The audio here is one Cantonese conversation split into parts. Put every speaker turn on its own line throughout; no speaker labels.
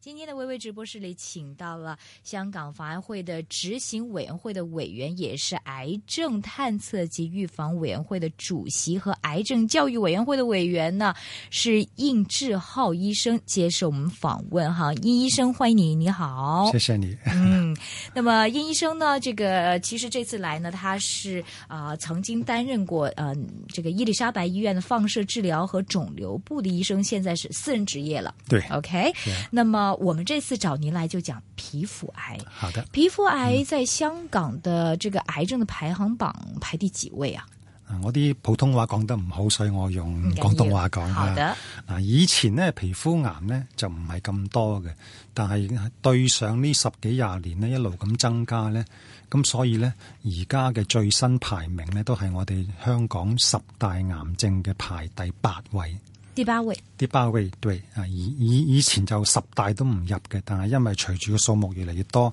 今天的微微直播室里，请到了香港防癌会的执行委员会的委员，也是癌症探测及预防委员会的主席和癌症教育委员会的委员呢，是应志浩医生接受我们访问哈。殷医生，欢迎你，你好
谢。谢你。
嗯，那么殷医生呢？这个其实这次来呢，他是啊、呃曾经担任过嗯、这个伊丽莎白医院的放射治疗和肿瘤部的医生，现在是私人职业了。
对，
OK，
是啊
那么我们这次找您来就讲皮肤癌。
好的
皮肤癌在香港的这个癌症的排行榜排第几位啊？
嗱，我啲普通話講得唔好，所以我用
唔緊要
廣東話講
好
啦。
的，
嗱，以前呢，皮膚癌呢就唔係咁多嘅，但係對上呢十幾廿年呢，一路咁增加呢。咁所以呢，而家嘅最新排名呢，都係我哋香港十大癌症嘅排第八位。
第八位。
啲包位對啊，以以以前就十大都唔入嘅，但係因為隨住個數目越嚟越多，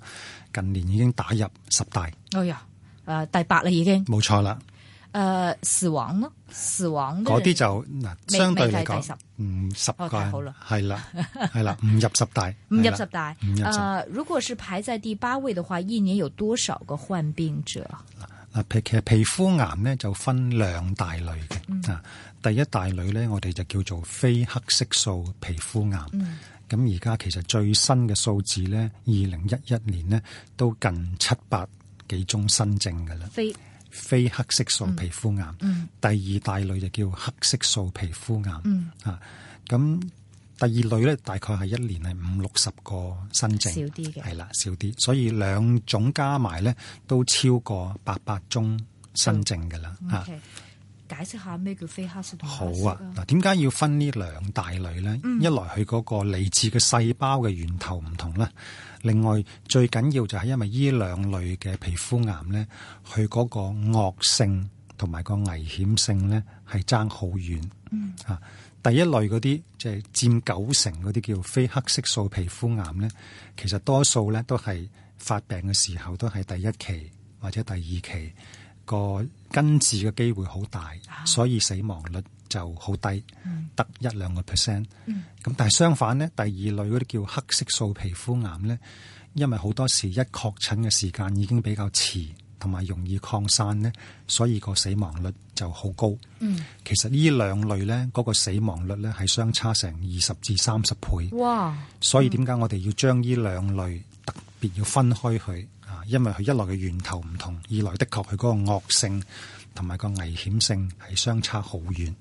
近年已經打入十大，
哎呀，呃，第八了已經。
冇錯啦。
呃，死亡呢？死亡的
嗰啲
人
就嗱，
嗯未
相對嚟
未計第
講
十，
嗯，十個
哦太好啦
係 啦，係啦，唔入十大，
唔
係
入
啦
十大
唔入。十
呃，如果是排在第八位的話，一年有多少個患病者？
嗱，皮其實皮膚癌咧就分兩大類
嗯
嘅啊。第一大類咧，我哋就叫做非黑色素皮膚癌。
嗯
咁而家其實最新嘅數字咧，二零一一年呢都近七百幾宗新症㗎啦。
非
非黑色素
嗯
皮膚癌，第二大類就叫黑色素皮膚癌、
嗯
啊。咁第二類咧，大概係一年係五六十個新症，
少啲嘅
係啦，少啲。所以兩種加埋咧，都超過八百宗新症㗎啦。啊
OK，解釋下咩叫非黑色同
好
黑色
啊！嗱，點解要分呢兩大類呢？一來佢嗰個嚟自嘅細胞嘅源頭唔同啦，另外最緊要就係因為呢兩類嘅皮膚癌呢，佢嗰個惡性同埋個危險性呢係爭好遠。嗯啊，第一類嗰啲即係佔九成嗰啲叫非黑色素皮膚癌呢，其實多數呢都係發病嘅時候都係第一期或者第二期。個根治嘅機會好大，所以死亡率就好低，得一兩個 percent。咁但係相反呢，第二類嗰啲叫黑色素皮膚癌呢，因為好多時一確診嘅時間已經比較遲，同埋容易擴散呢，所以個死亡率就好高。
嗯
其實呢兩類呢，嗰、個死亡率呢係相差成二十至三十倍。
哇，
所以點解我哋要將呢兩類特別要分開佢啊？因為佢一來嘅源頭唔同，二來的確佢嗰個惡性同埋個危險性係相差好遠。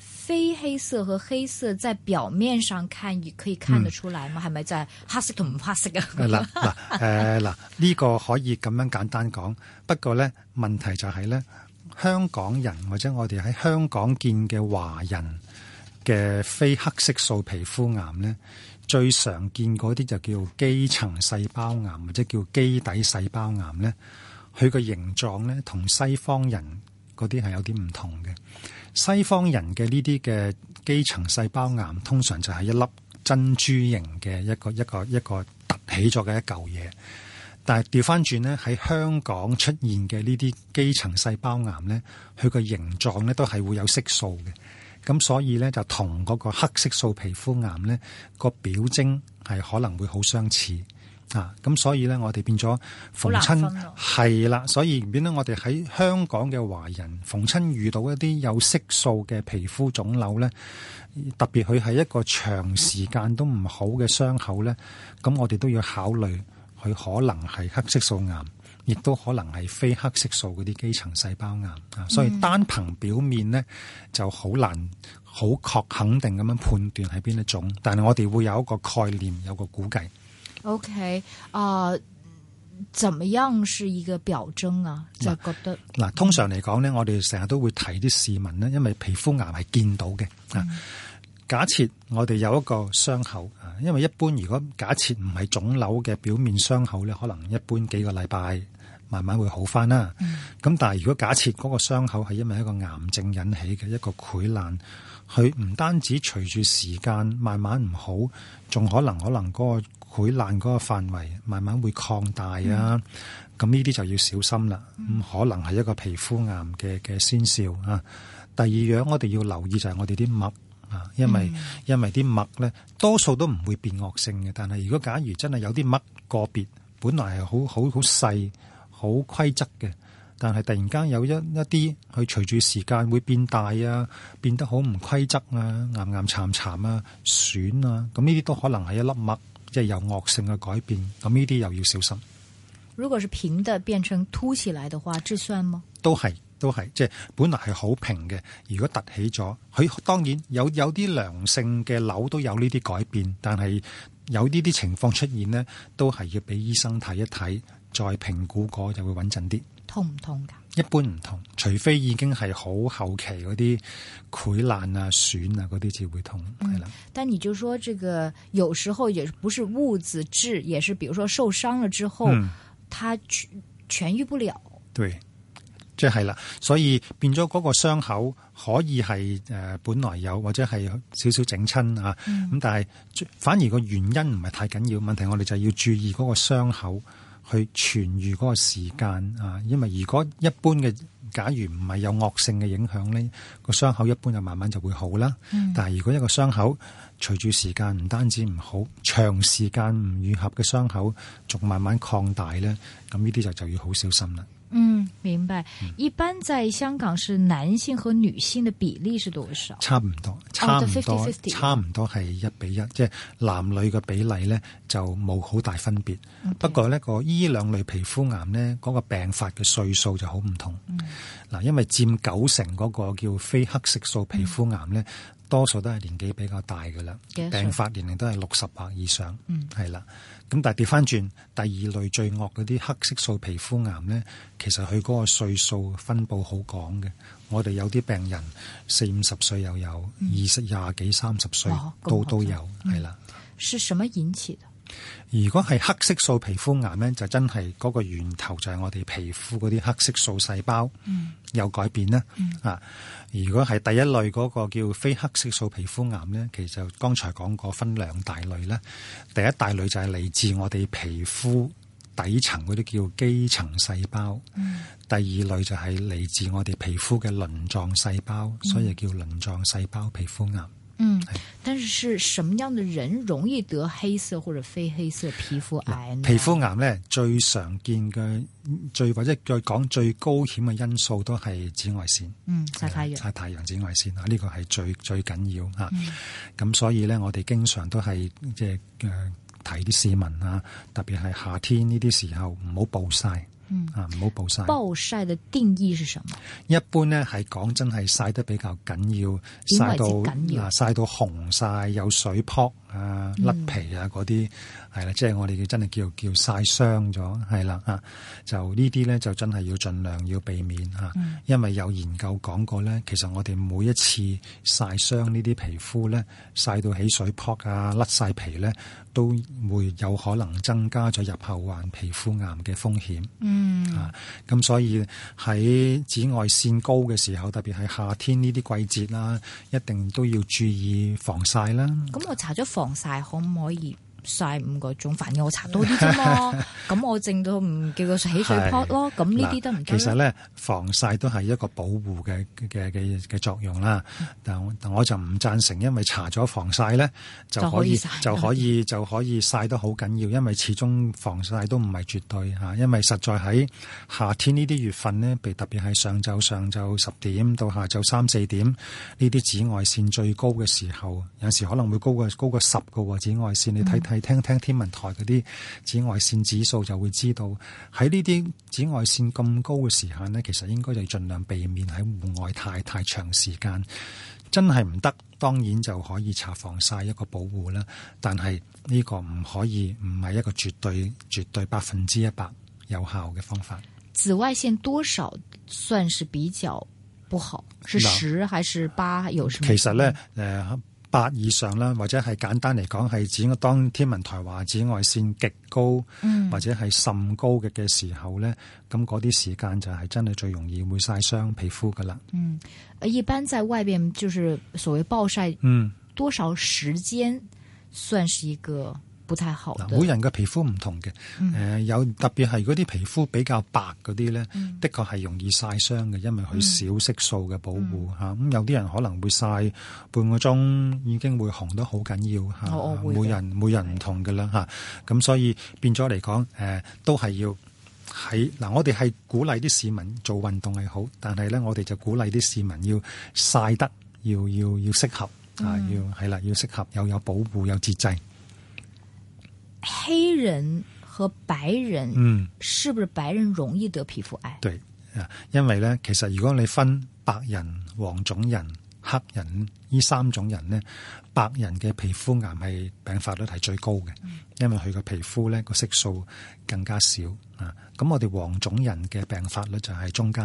非黑色和黑色在表面上看也可以看得出
嗯
来吗？係咪就係黑色同唔黑色 啊？
嗱嗱誒嗱，呢個可以咁樣簡單講。不過呢問題就係呢，香港人或者我哋喺香港見嘅華人嘅非黑色素皮膚癌呢，最常見嗰啲就叫基層細胞癌或者叫基底細胞癌呢，佢個形狀呢，同西方人嗰啲係有啲唔同嘅。西方人嘅呢啲嘅基層細胞癌，通常就係一粒珍珠型嘅一個一個一個凸起咗嘅一嚿嘢。但係調翻轉呢，喺香港出現嘅呢啲基層細胞癌呢，佢個形狀呢都係會有色素嘅。咁所以呢，就同嗰個黑色素皮膚癌呢個表徵係可能會好相似啊！咁所以呢，我哋變咗逢
好
親
難分咯
係啦，所以變咗我哋喺香港嘅華人逢親遇到一啲有色素嘅皮膚腫瘤呢，特別佢係一個長時間都唔好嘅傷口呢，咁我哋都要考慮佢可能係黑色素癌，亦都可能係非黑色素嗰啲基層細胞癌啊，所以單憑表面呢，就好難好確肯定咁樣判斷係邊一種，但係我哋會有一個概念，有個估計。
OK，啊、怎麼樣是一個表徵啊？就覺得
嗱，通常嚟講咧，我哋成日都會提啲市民咧，因為皮膚癌係見到嘅啊。假設我哋有一個傷口啊，因為一般如果假設唔係腫瘤嘅表面傷口咧，可能一般幾個禮拜慢慢會好翻啦。咁、但係如果假設嗰個傷口係因為一個癌症引起嘅一個潰爛，佢唔單止隨住時間慢慢唔好，仲可能可能嗰個潰爛嗰個範圍慢慢會擴大啊。咁呢啲就要小心啦。咁、可能係一個皮膚癌嘅嘅先兆啊。第二樣我哋要留意就係我哋啲脈啊，因為、因為啲脈咧多數都唔會變惡性嘅，但係如果假如真係有啲脈個別本來係好好好細好規則嘅。但係突然間有一一啲佢隨住時間會變大啊，變得好唔規則啊，岩岩巉巉啊，損啊，咁呢啲都可能係一粒癦，即係有惡性嘅改變，咁呢啲又要小心，
如果是平的变成凸起来的话，这算吗？
都係都係，即係本來係好平嘅，如果凸起咗，佢當然有有啲良性嘅瘤都有呢啲改變，但係有呢啲情況出現呢，都係要俾醫生睇一睇，再評估過就會穩陣啲。
痛唔痛噶？
一般唔同，除非已經係好後期嗰啲潰爛啊、損啊嗰啲至會痛，係啦、
但你就说这个有时候也不是物质治，也是比如说受伤了之后，
嗯
它痊痊愈不了。
對，即係啦，所以變咗嗰個傷口可以係誒、呃本來有或者係少少整親啊，咁、但係反而個原因唔係太緊要，問題我哋就係要注意嗰個傷口去痊愈嗰個時間啊，因為如果一般嘅。假如唔係有惡性嘅影響呢個傷口一般就慢慢就會好啦。但係如果一個傷口隨住時間唔單止唔好，長時間唔愈合嘅傷口，仲慢慢擴大呢，咁呢啲就就要好小心啦。
嗯，明白。一般在香港是男性和女性的比例是多少？
差唔多，差唔多，
50-50
差唔多係一比一，即係男女嘅比例咧就冇好大分別。不過呢個依兩類皮膚癌咧嗰、個病發嘅歲數就好唔同。嗱、因為佔九成嗰個叫非黑色素皮膚癌咧，多數都係年紀比較大㗎啦，
幾多歲
病發年齡都係六十或以上，
嗯
係啦、咁但係調翻轉，第二類最惡嗰啲黑色素皮膚癌咧，其實佢嗰個歲數分佈好廣嘅。我哋有啲病人四五十歲又有，二十廿幾三十歲
嗯哇
都
咁嗯後
都
生
有，係啦。
是什么引起的？
如果係黑色素皮膚癌咧，就真係嗰個源頭就係我哋皮膚嗰啲黑色素細胞有改變啦。啊，如果係第一類嗰個叫非黑色素皮膚癌咧，其實就剛才講過分兩大類啦。第一大類就係嚟自我哋皮膚底層嗰啲叫基層細胞，第二類就係嚟自我哋皮膚嘅鱗狀細胞，所以叫鱗狀細胞皮膚癌。
嗯，但是是什么样的人容易得黑色或者非黑色皮肤癌呢？
皮膚癌咧最常見嘅最或者再講最高險嘅因素都係紫外線，
嗯，晒太陽。
曬太陽紫外線啊，呢個係最最緊要嚇。咁、所以咧，我哋經常都係即係誒提啲市民啊，特別係夏天呢啲時候唔好暴曬。啊，唔好暴曬。
暴晒的定義是什麼？
一般咧係講真係曬得比較緊要，
點為
曬
之
到
緊要嗯
嗱曬到紅晒，有水泡啊、甩皮啊嗰啲，係啦，即係我哋真係叫叫曬傷咗，係啦啊，就呢啲咧就真係要盡量要避免啊，
嗯
因為有研究講過咧，其實我哋每一次曬傷呢啲皮膚咧，曬到起水泡啊、甩晒皮咧，都會有可能增加咗日後患皮膚癌嘅風險。
嗯
啊，咁所以喺紫外線高嘅時候，特別係夏天呢啲季節啦，一定都要注意防曬啦。
咁我搽咗防晒可唔可以晒五個鐘？反正我搽多啲啫 嘛。咁我整到唔叫佢起水泡咯。咁呢啲得唔
嗱其
得
實
咧？
咧，防曬都係一個保護嘅嘅嘅嘅作用啦。但我但我就唔贊成，因為搽咗防曬咧就
就可
可
以
以
曬
就可以就可以曬得好緊要，因為始終防曬都唔係絕對嚇。因為實在喺夏天呢啲月份咧，譬如特別係上晝上晝十點到下晝三四點呢啲紫外線最高嘅時候，有時可能會高過高過十個喎紫外線。你睇睇聽聽天文台嗰啲紫外線指數就會知道，喺呢啲紫外線咁高嘅時限呢，其實應該就盡量避免喺戶外太太長時間。真係唔得，當然就可以搽防曬一個保護啦。但係呢個唔可以，唔係一個絕對、絕對百分之一百有效嘅方法。
紫外線多少算是比較不好？是
嗱
十還是八？有什麼？
其實咧，誒、八以上啦，或者係簡單嚟講係指當天文台話紫外線極高，或者係甚高嘅嘅時候咧，咁嗰啲時間就係真係最容易會曬傷皮膚噶啦。
呃，一般在外邊就是所謂暴晒
嗯。
多少時間算是一個不太好
嗱，
的。
每人嘅皮膚唔同嘅，誒、呃有特別係嗰啲皮膚比較白嗰啲咧，的確係容易曬傷嘅，因為佢少色素嘅保護嚇。咁、有啲人可能會曬半個鐘已經會紅得好緊要嚇。
哦哦會嘅
每人每人唔同嘅啦嚇，咁所以變咗嚟講，誒、都係要。喺嗱，我哋係鼓勵啲市民做運動係好，但係咧，我哋就鼓勵啲市民要曬得，要要要適合啊，要係啦，要適合，又有保護，有節制，
黑人和白人，
嗯。
是不是白人容易得皮肤癌？
對啊，因為咧，其實如果你分白人、黃種人、黑人呢三種人咧，白人嘅皮膚癌係病發率係最高嘅，因為佢個皮膚咧個色素更加少啊。咁我哋黃種人嘅病發率就係中間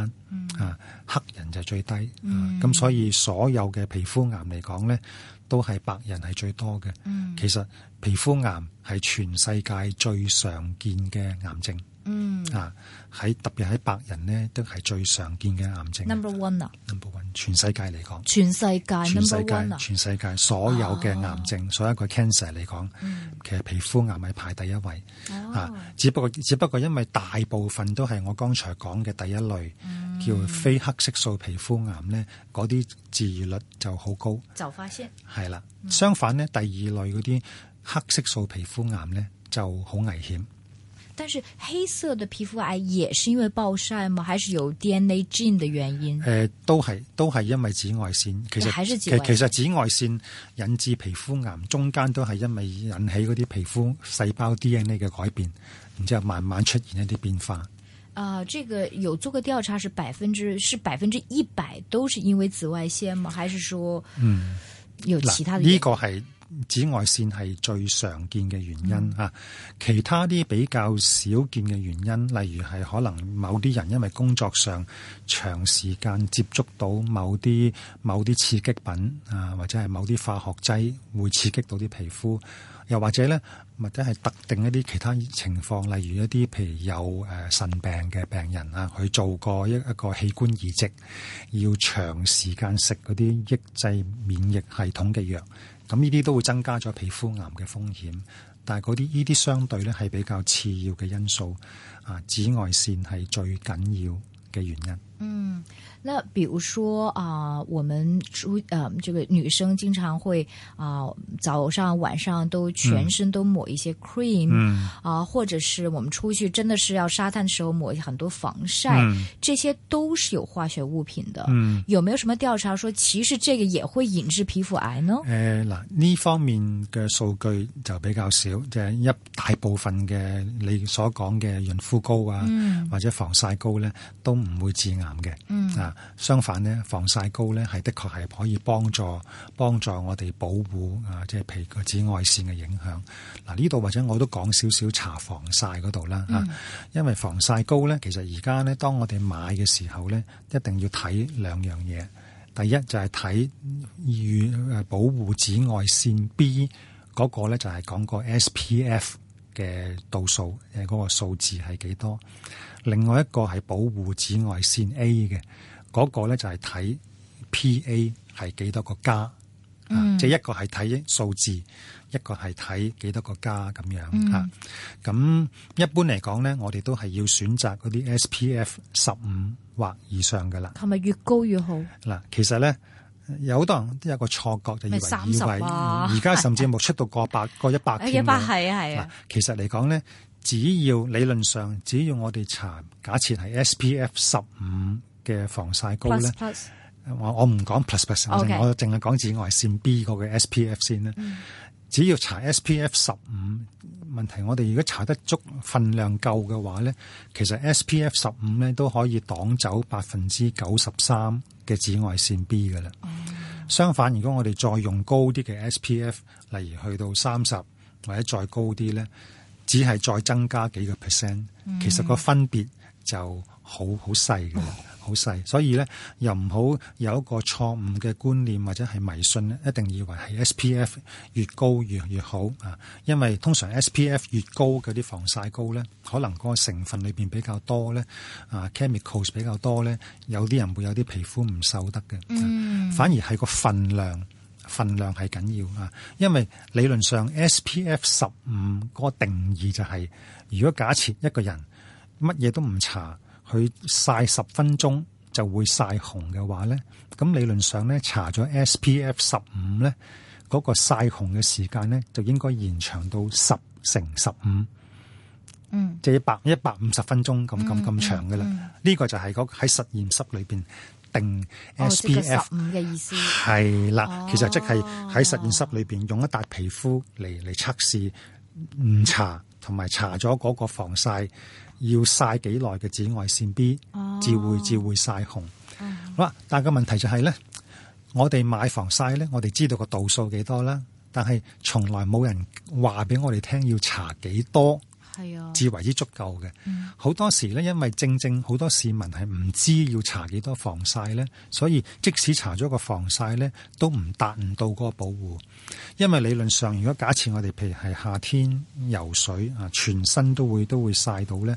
啊，黑人就最低啊。咁所以所有嘅皮膚癌嚟講咧，都係白人係最多嘅。其實皮膚癌係全世界最常見嘅癌症。
嗯
啊，喺特別喺白人呢，都係最常見嘅癌症。
，number one 啊，
number one，全世界嚟講，
全世界
全
number
世界
one 啊，哦
全世界所有嘅癌症，所有嘅 cancer 嚟講，
嗯
其實皮膚癌係排第一位。
哦
啊，只不過只不過因為大部分都係我剛才講嘅第一類，
嗯
叫非黑色素皮膚癌呢，嗰啲治愈率就好高。
早發現，
係啦，
嗯
相反呢，第二類嗰啲黑色素皮膚癌呢，就好危險。
但是黑色的皮膚癌也是因為暴曬嗎？還是有 DNA gene 的原因
誒、？呃都係都係因為紫外線，其
還
實
是
其
啊紫外線
其實紫外線引致皮膚癌，中間都係因為引起嗰啲皮膚細胞 DNA 嘅改變，然之後慢慢出現一啲變化。
啊、這個有做過調查，是百分之是百分之一百都是因為紫外線嗎？還是說，嗯，有其
嗱，
他的
呢
原
個係紫外線係最常見嘅原因啊。其他啲比較少見嘅原因，例如係可能某啲人因為工作上長時間接觸到某啲某啲刺激品啊，或者係某啲化學劑會刺激到啲皮膚，又或者咧，或者係特定一啲其他情況，例如一啲譬如有誒腎病嘅病人啊，佢做過一一個器官移植，要長時間食嗰啲抑制免疫系統嘅藥，咁呢啲都會增加咗皮膚癌嘅風險。但係嗰啲呢啲相對咧係比較次要嘅因素，啊，紫外線係最緊要嘅原因。
那比如说啊、我们出呃，这个女生经常会啊、早上晚上都全身都抹一些 cream 啊、或者是我们出去真的是要沙滩的时候抹很多防晒，这些都是有化学物品的。嗯，有没有什么调查说其实这个也会引致皮肤癌呢？
誒嗱，呢方面嘅數據就比較少，即係一大部分嘅你所講嘅潤膚膏啊，或者防曬膏咧，都唔會致癌嘅。啊，相反咧，防曬膏咧係的確係可以幫助幫助我哋保護啊，即係譬如個紫外線嘅影響。嗱，呢度或者我都講少少搽防曬嗰度啦嚇，因為防曬膏咧，其實而家咧，當我哋買嘅時候咧，一定要睇兩樣嘢。第一就係睇與誒保護紫外線 B 嗰個咧，就係講個 SPF 嘅度數，誒嗰個數字係幾多？另外一個係保護紫外線 A 嘅，嗰、個咧就係睇 PA 係幾多個加，啊即係一個係睇數字，一個係睇幾多個加咁樣嚇。咁、一般嚟講咧，我哋都係要選擇嗰啲 SPF 十五或以上嘅啦。
係咪越高越好？
嗱，其實咧有好多人都有個錯覺，就以
咩
為以
30
為
啊
而家甚至冇出到過 百過一百
一
添
百
㗎
係啊係
嗱
啊，，
其實嚟講咧，只要理論上，只要我哋查，假設係 SPF 十五嘅防曬膏
plus
咧，
plus
我我唔講 plus plus，我
OK
淨我淨係講紫外線 B 嗰個 SPF 先啦。只要查 SPF 十五，問題我哋如果查得足份量夠嘅話咧，其實 SPF 十五咧都可以擋走百分之九十三嘅紫外線 B 噶啦。相反，如果我哋再用高啲嘅 SPF，例如去到三十或者再高啲咧，只係再增加幾個 percent，其實個分別就好好細嘅啦，好細。所以咧，又唔好有一個錯誤嘅觀念或者係迷信咧，一定以為係 SPF 越高越越好啊，因為通常 SPF 越高嗰啲防曬膏咧，可能嗰個成分裏邊比較多咧，啊 chemicals 比較多咧，有啲人會有啲皮膚唔受得嘅，啊反而係個份量。份量係緊要啊，因為理論上 SPF 十五嗰個定義就係、如果假設一個人乜嘢都唔搽，佢曬十分鐘就會曬紅嘅話咧，咁理論上咧搽咗 SPF 十五咧，嗰、個曬紅嘅時間咧就應該延長到十乘十五。
嗯，
即係一百一百五十分鐘咁咁咁長嘅啦。
嗯
呢、個就係嗰喺實驗室裏邊定
哦，即係
SPF
十五嘅意思。
係啦，
哦
其實即係喺實驗室裏邊用一笪皮膚嚟嚟測試唔搽同埋搽咗嗰個防曬要曬幾耐嘅紫外線 B，
哦嗯
至會至會曬紅。好啦，但係個問題就係咧，我哋買防曬咧，我哋知道個度數幾多啦，但係從來冇人話俾我哋聽要搽幾多。
係啊，
至為之足夠嘅。好、多時呢，因為正正好多市民係唔知要搽幾多防曬呢，所以即使搽咗個防曬呢，都唔達唔到嗰個保護。因為理論上，如果假設我哋譬如係夏天游水啊，全身都會都會曬到呢，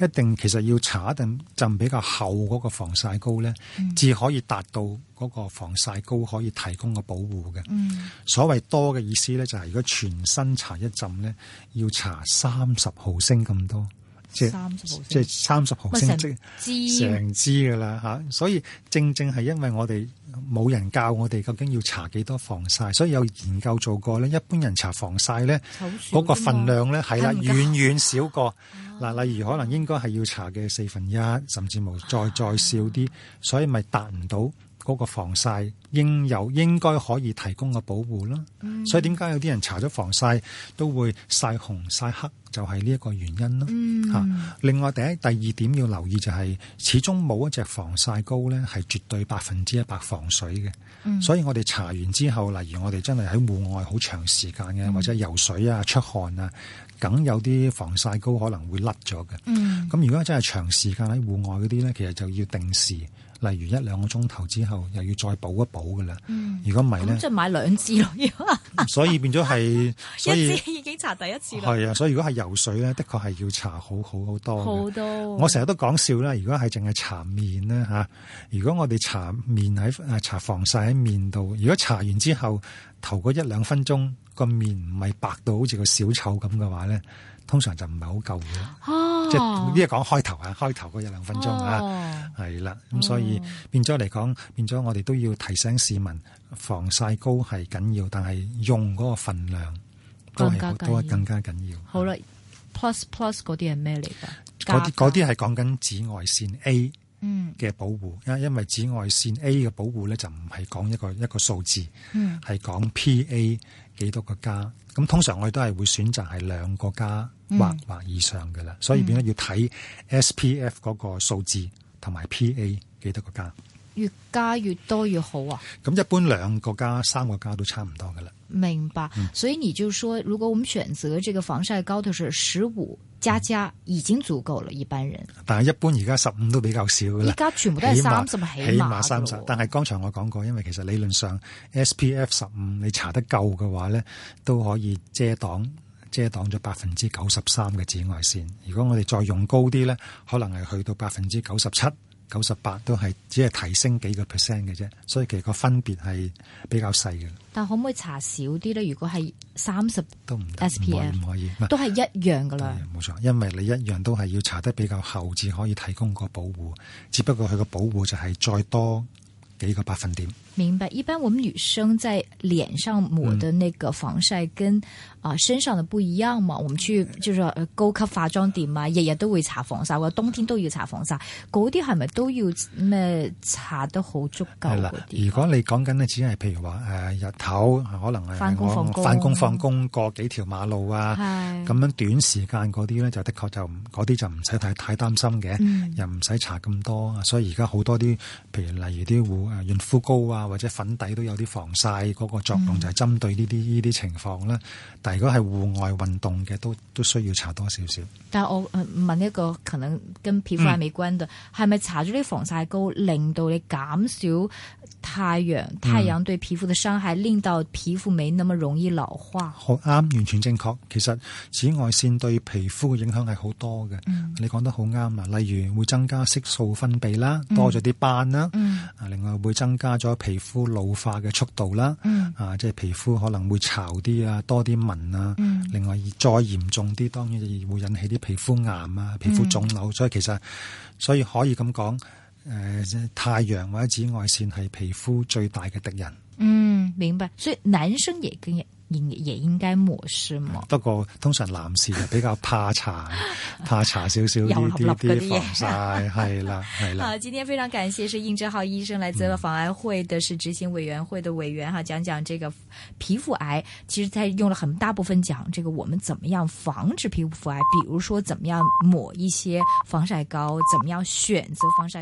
一定其實要搽一定浸比較厚嗰個防曬膏呢，至可以達到嗰個防曬膏可以提供嘅保護嘅。
嗯，
所謂多嘅意思咧，就係如果全身搽一浸咧，要搽三十毫升咁多，即係
三十毫
即
升
係三十毫
咪
升，
成
即係
支
成支噶啦嚇。所以正正係因為我哋冇人教我哋究竟要搽幾多防曬，所以有研究做過咧，一般人搽防曬咧。
草樹
嗰個
啫嘛
份量咧係啦，
係唔夠
遠遠少過嗱，例如可能應該係要搽嘅四分一，甚至乎再再少啲，所以咪達唔到嗰個防曬應有應該可以提供嘅保護啦。所以點解有啲人搽咗防曬都會曬紅曬黑，就係呢一個原因咯。
嗯，
嚇啊另外第一、第二點要留意就係、始終冇一隻防曬膏咧係絕對百分之一百防水嘅。
嗯
所以我哋搽完之後，例如我哋真係喺戶外好長時間嘅，
嗯
或者游水啊、出汗啊，梗有啲防曬膏可能會甩咗嘅。
嗯
咁如果真係長時間喺戶外嗰啲咧，其實就要定時，例如一兩個鐘頭之後，又要再補一補噶啦。如果唔係
嗯咁即
咧，
係買兩支咯， 要
所以變咗係，所以
一支已經搽第一次啦，
係啊，所以如果係游水咧，的確係要搽好好好多嘅
好多。
我成日都講笑啦，如果係淨係搽面咧嚇，如果我哋搽面喺誒搽防曬喺面度，如果搽完之後頭嗰一兩分鐘個面唔係白到好似個小丑咁嘅話咧，通常就唔係好夠嘅。
啊
即係呢個講開頭啊，開頭嗰一兩分鐘啊，
哦
係啦、咁所以變咗嚟講，變咗我哋都要提醒市民防曬膏係緊要，但係用嗰個份量都
更加
係
緊
都
要
係更加緊要。
好啦，plus plus 嗰啲係咩嚟㗎？
嗰啲
加
嗰
價
啲係講緊紫外線 A。
嗯
嘅保護，因因為紫外線 A 嘅保護咧就唔係講一個一個數字，
嗯
係講 PA 幾多個加。咁通常我哋都係會選擇係兩個加或或以上嘅啦，所以變咗要睇 SPF 嗰個數字同埋 PA 幾多個加。
越加越多越好啊！
咁一般兩個加三個加都差唔多嘅啦。
明白，
嗯
所以你就说，如果我们选择这个防晒膏的是十五加加，已经足够了。一般人
但係一般而家十五都比較少嘅
依
啦。
家全部都係
起碼
三十，
起碼三十
㗎。
但係剛才我講過，因為其實理論上 SPF 十五你搽得夠嘅話咧，都可以遮擋遮擋咗百分之九十三嘅紫外線。如果我哋再用高啲咧，可能係去到百分之九十七。九十八都係只係提升幾個 percent 嘅啫，所以其實個分別係比較細嘅，
但可唔可以搽少啲咧？如果係三十，
都唔得，唔可
SPF
以唔可以。唔係
都係一樣噶啦。
冇錯，因為你一樣都係要查得比較厚，至可以提供個保護。只不過佢個保護就係再多幾個百分點。
明白。一般我们女生在脸上
嗯
抹的那个防晒跟啊、身上的不一样嘛。我们去就是说呃高級化妝店啊，日日都會搽防晒，或者冬天都要搽防晒。嗰啲係咪都要咩搽得好足夠
係啦
嗰，啲？
如果你講緊呢，只係譬如話誒、呃日頭可能係
返工
我
放工嗯
返工放工過幾條馬路啊，
係
咁樣短時間嗰啲咧就的確就唔嗰啲就唔使太太擔心嘅，
嗯
又唔使搽咁多，所以而家好多啲譬如例如啲護誒潤膚膏啊或者粉底都有啲防曬嗰個作
嗯
用，就係針對呢啲呢啲情況啦。但係如果係戶外運動嘅，都都需要搽多少少。
但我呃問一個可能跟皮
嗯
膚係美關的，係咪搽咗啲防曬膏，令到你減少太陽
嗯
太陽對皮膚的傷害，令到皮膚沒那麼容易老化？
好啱，完全正確。其實紫外線對皮膚嘅影響係好多
嗯
嘅。你講得好啱啊！例如會增加色素分泌啦，多咗啲斑啦，
嗯
啊，另外會增加咗皮膚老化嘅速度啦。
嗯
啊，即係皮膚可能會潮啲啊，多啲紋啊。
嗯
另外再嚴重啲，當然就會引起啲皮膚癌啊、皮
嗯
膚腫瘤。所以其實，所以可以咁講，誒、即係太陽或者紫外線係皮膚最大嘅敵人。
嗯，明白。所以男生也跟也也應該抹是嗎？
不過通常男士就比較怕 搽，怕搽少少呢
油粒粒
啲
嗰啲
啲
嘢
防曬，係啦，係啦。
好，今天非常感謝是應志浩醫生來自防癌會的是執行委員會的委員哈，講講這個皮膚癌，其實他用了很大部分講這個我們怎麼樣防止皮膚癌，比如說怎麼樣抹一些防曬膏，怎麼樣選擇防曬。